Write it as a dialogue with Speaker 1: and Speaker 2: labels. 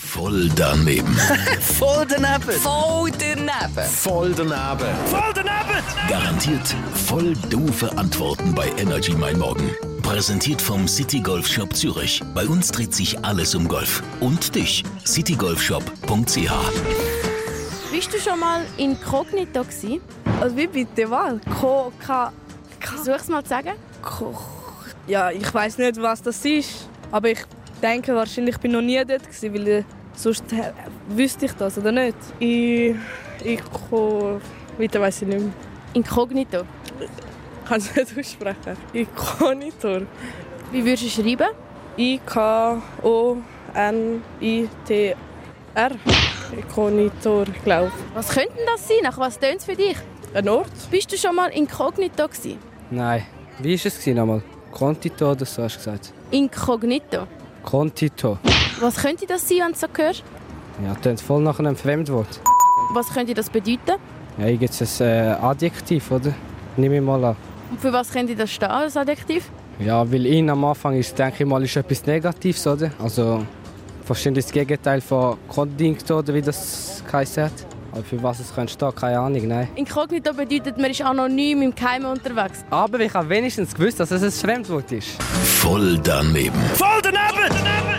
Speaker 1: Voll daneben.
Speaker 2: Voll daneben.
Speaker 3: Voll daneben.
Speaker 1: Voll daneben.
Speaker 2: Voll daneben.
Speaker 1: Garantiert voll doofe Antworten bei Energy Mein Morgen. Präsentiert vom City Golf Shop Zürich. Bei uns dreht sich alles um Golf. Und dich, citygolfshop.ch.
Speaker 4: Bist du schon mal inkognito gsi?
Speaker 5: Also wie bitte was? Ko, ka, ka,
Speaker 4: Versuch's mal zu sagen.
Speaker 5: ko. Ja, ich weiß nicht, was das ist, aber ich denke wahrscheinlich bin ich noch nie dort gewesen, weil äh, sonst äh, wüsste ich das oder nicht.
Speaker 6: Ich, ich kann... Weiter weiss ich nicht mehr.
Speaker 4: Inkognito.
Speaker 6: Ich kann es nicht aussprechen. Ikonitor.
Speaker 4: Wie würdest du schreiben?
Speaker 6: I-K-O-N-I-T-R. Ikonitor, glaube
Speaker 4: Was könnte denn das sein? Nach was tönt's für dich?
Speaker 6: ich. Ein Ort?
Speaker 4: Bist du schon mal inkognito gsi?
Speaker 7: Nein. Wie war es gewesen nochmal? Kontito oder so hast du gesagt?
Speaker 4: Inkognito.
Speaker 7: Kontito.
Speaker 4: Was könnte das sein, wenn du so hörst?
Speaker 7: Ja, tönt voll nach einem Fremdwort.
Speaker 4: Was könnte das bedeuten?
Speaker 7: Ja, hier gibt es ein äh, Adjektiv, oder? Nehme ich mal an.
Speaker 4: Und für was könnte das stehen als Adjektiv?
Speaker 7: Ja, weil in am Anfang ist, denke ich mal, ist etwas Negatives, oder? Also, wahrscheinlich das Gegenteil von Kontinto, oder wie das geheißen hat. Aber für was es könnte stehen, keine Ahnung, nein.
Speaker 4: Inkognito bedeutet, man ist anonym im Keimen unterwegs.
Speaker 7: Aber ich habe wenigstens gewusst, dass es ein Fremdwort ist.
Speaker 1: Voll daneben.
Speaker 2: Voll daneben.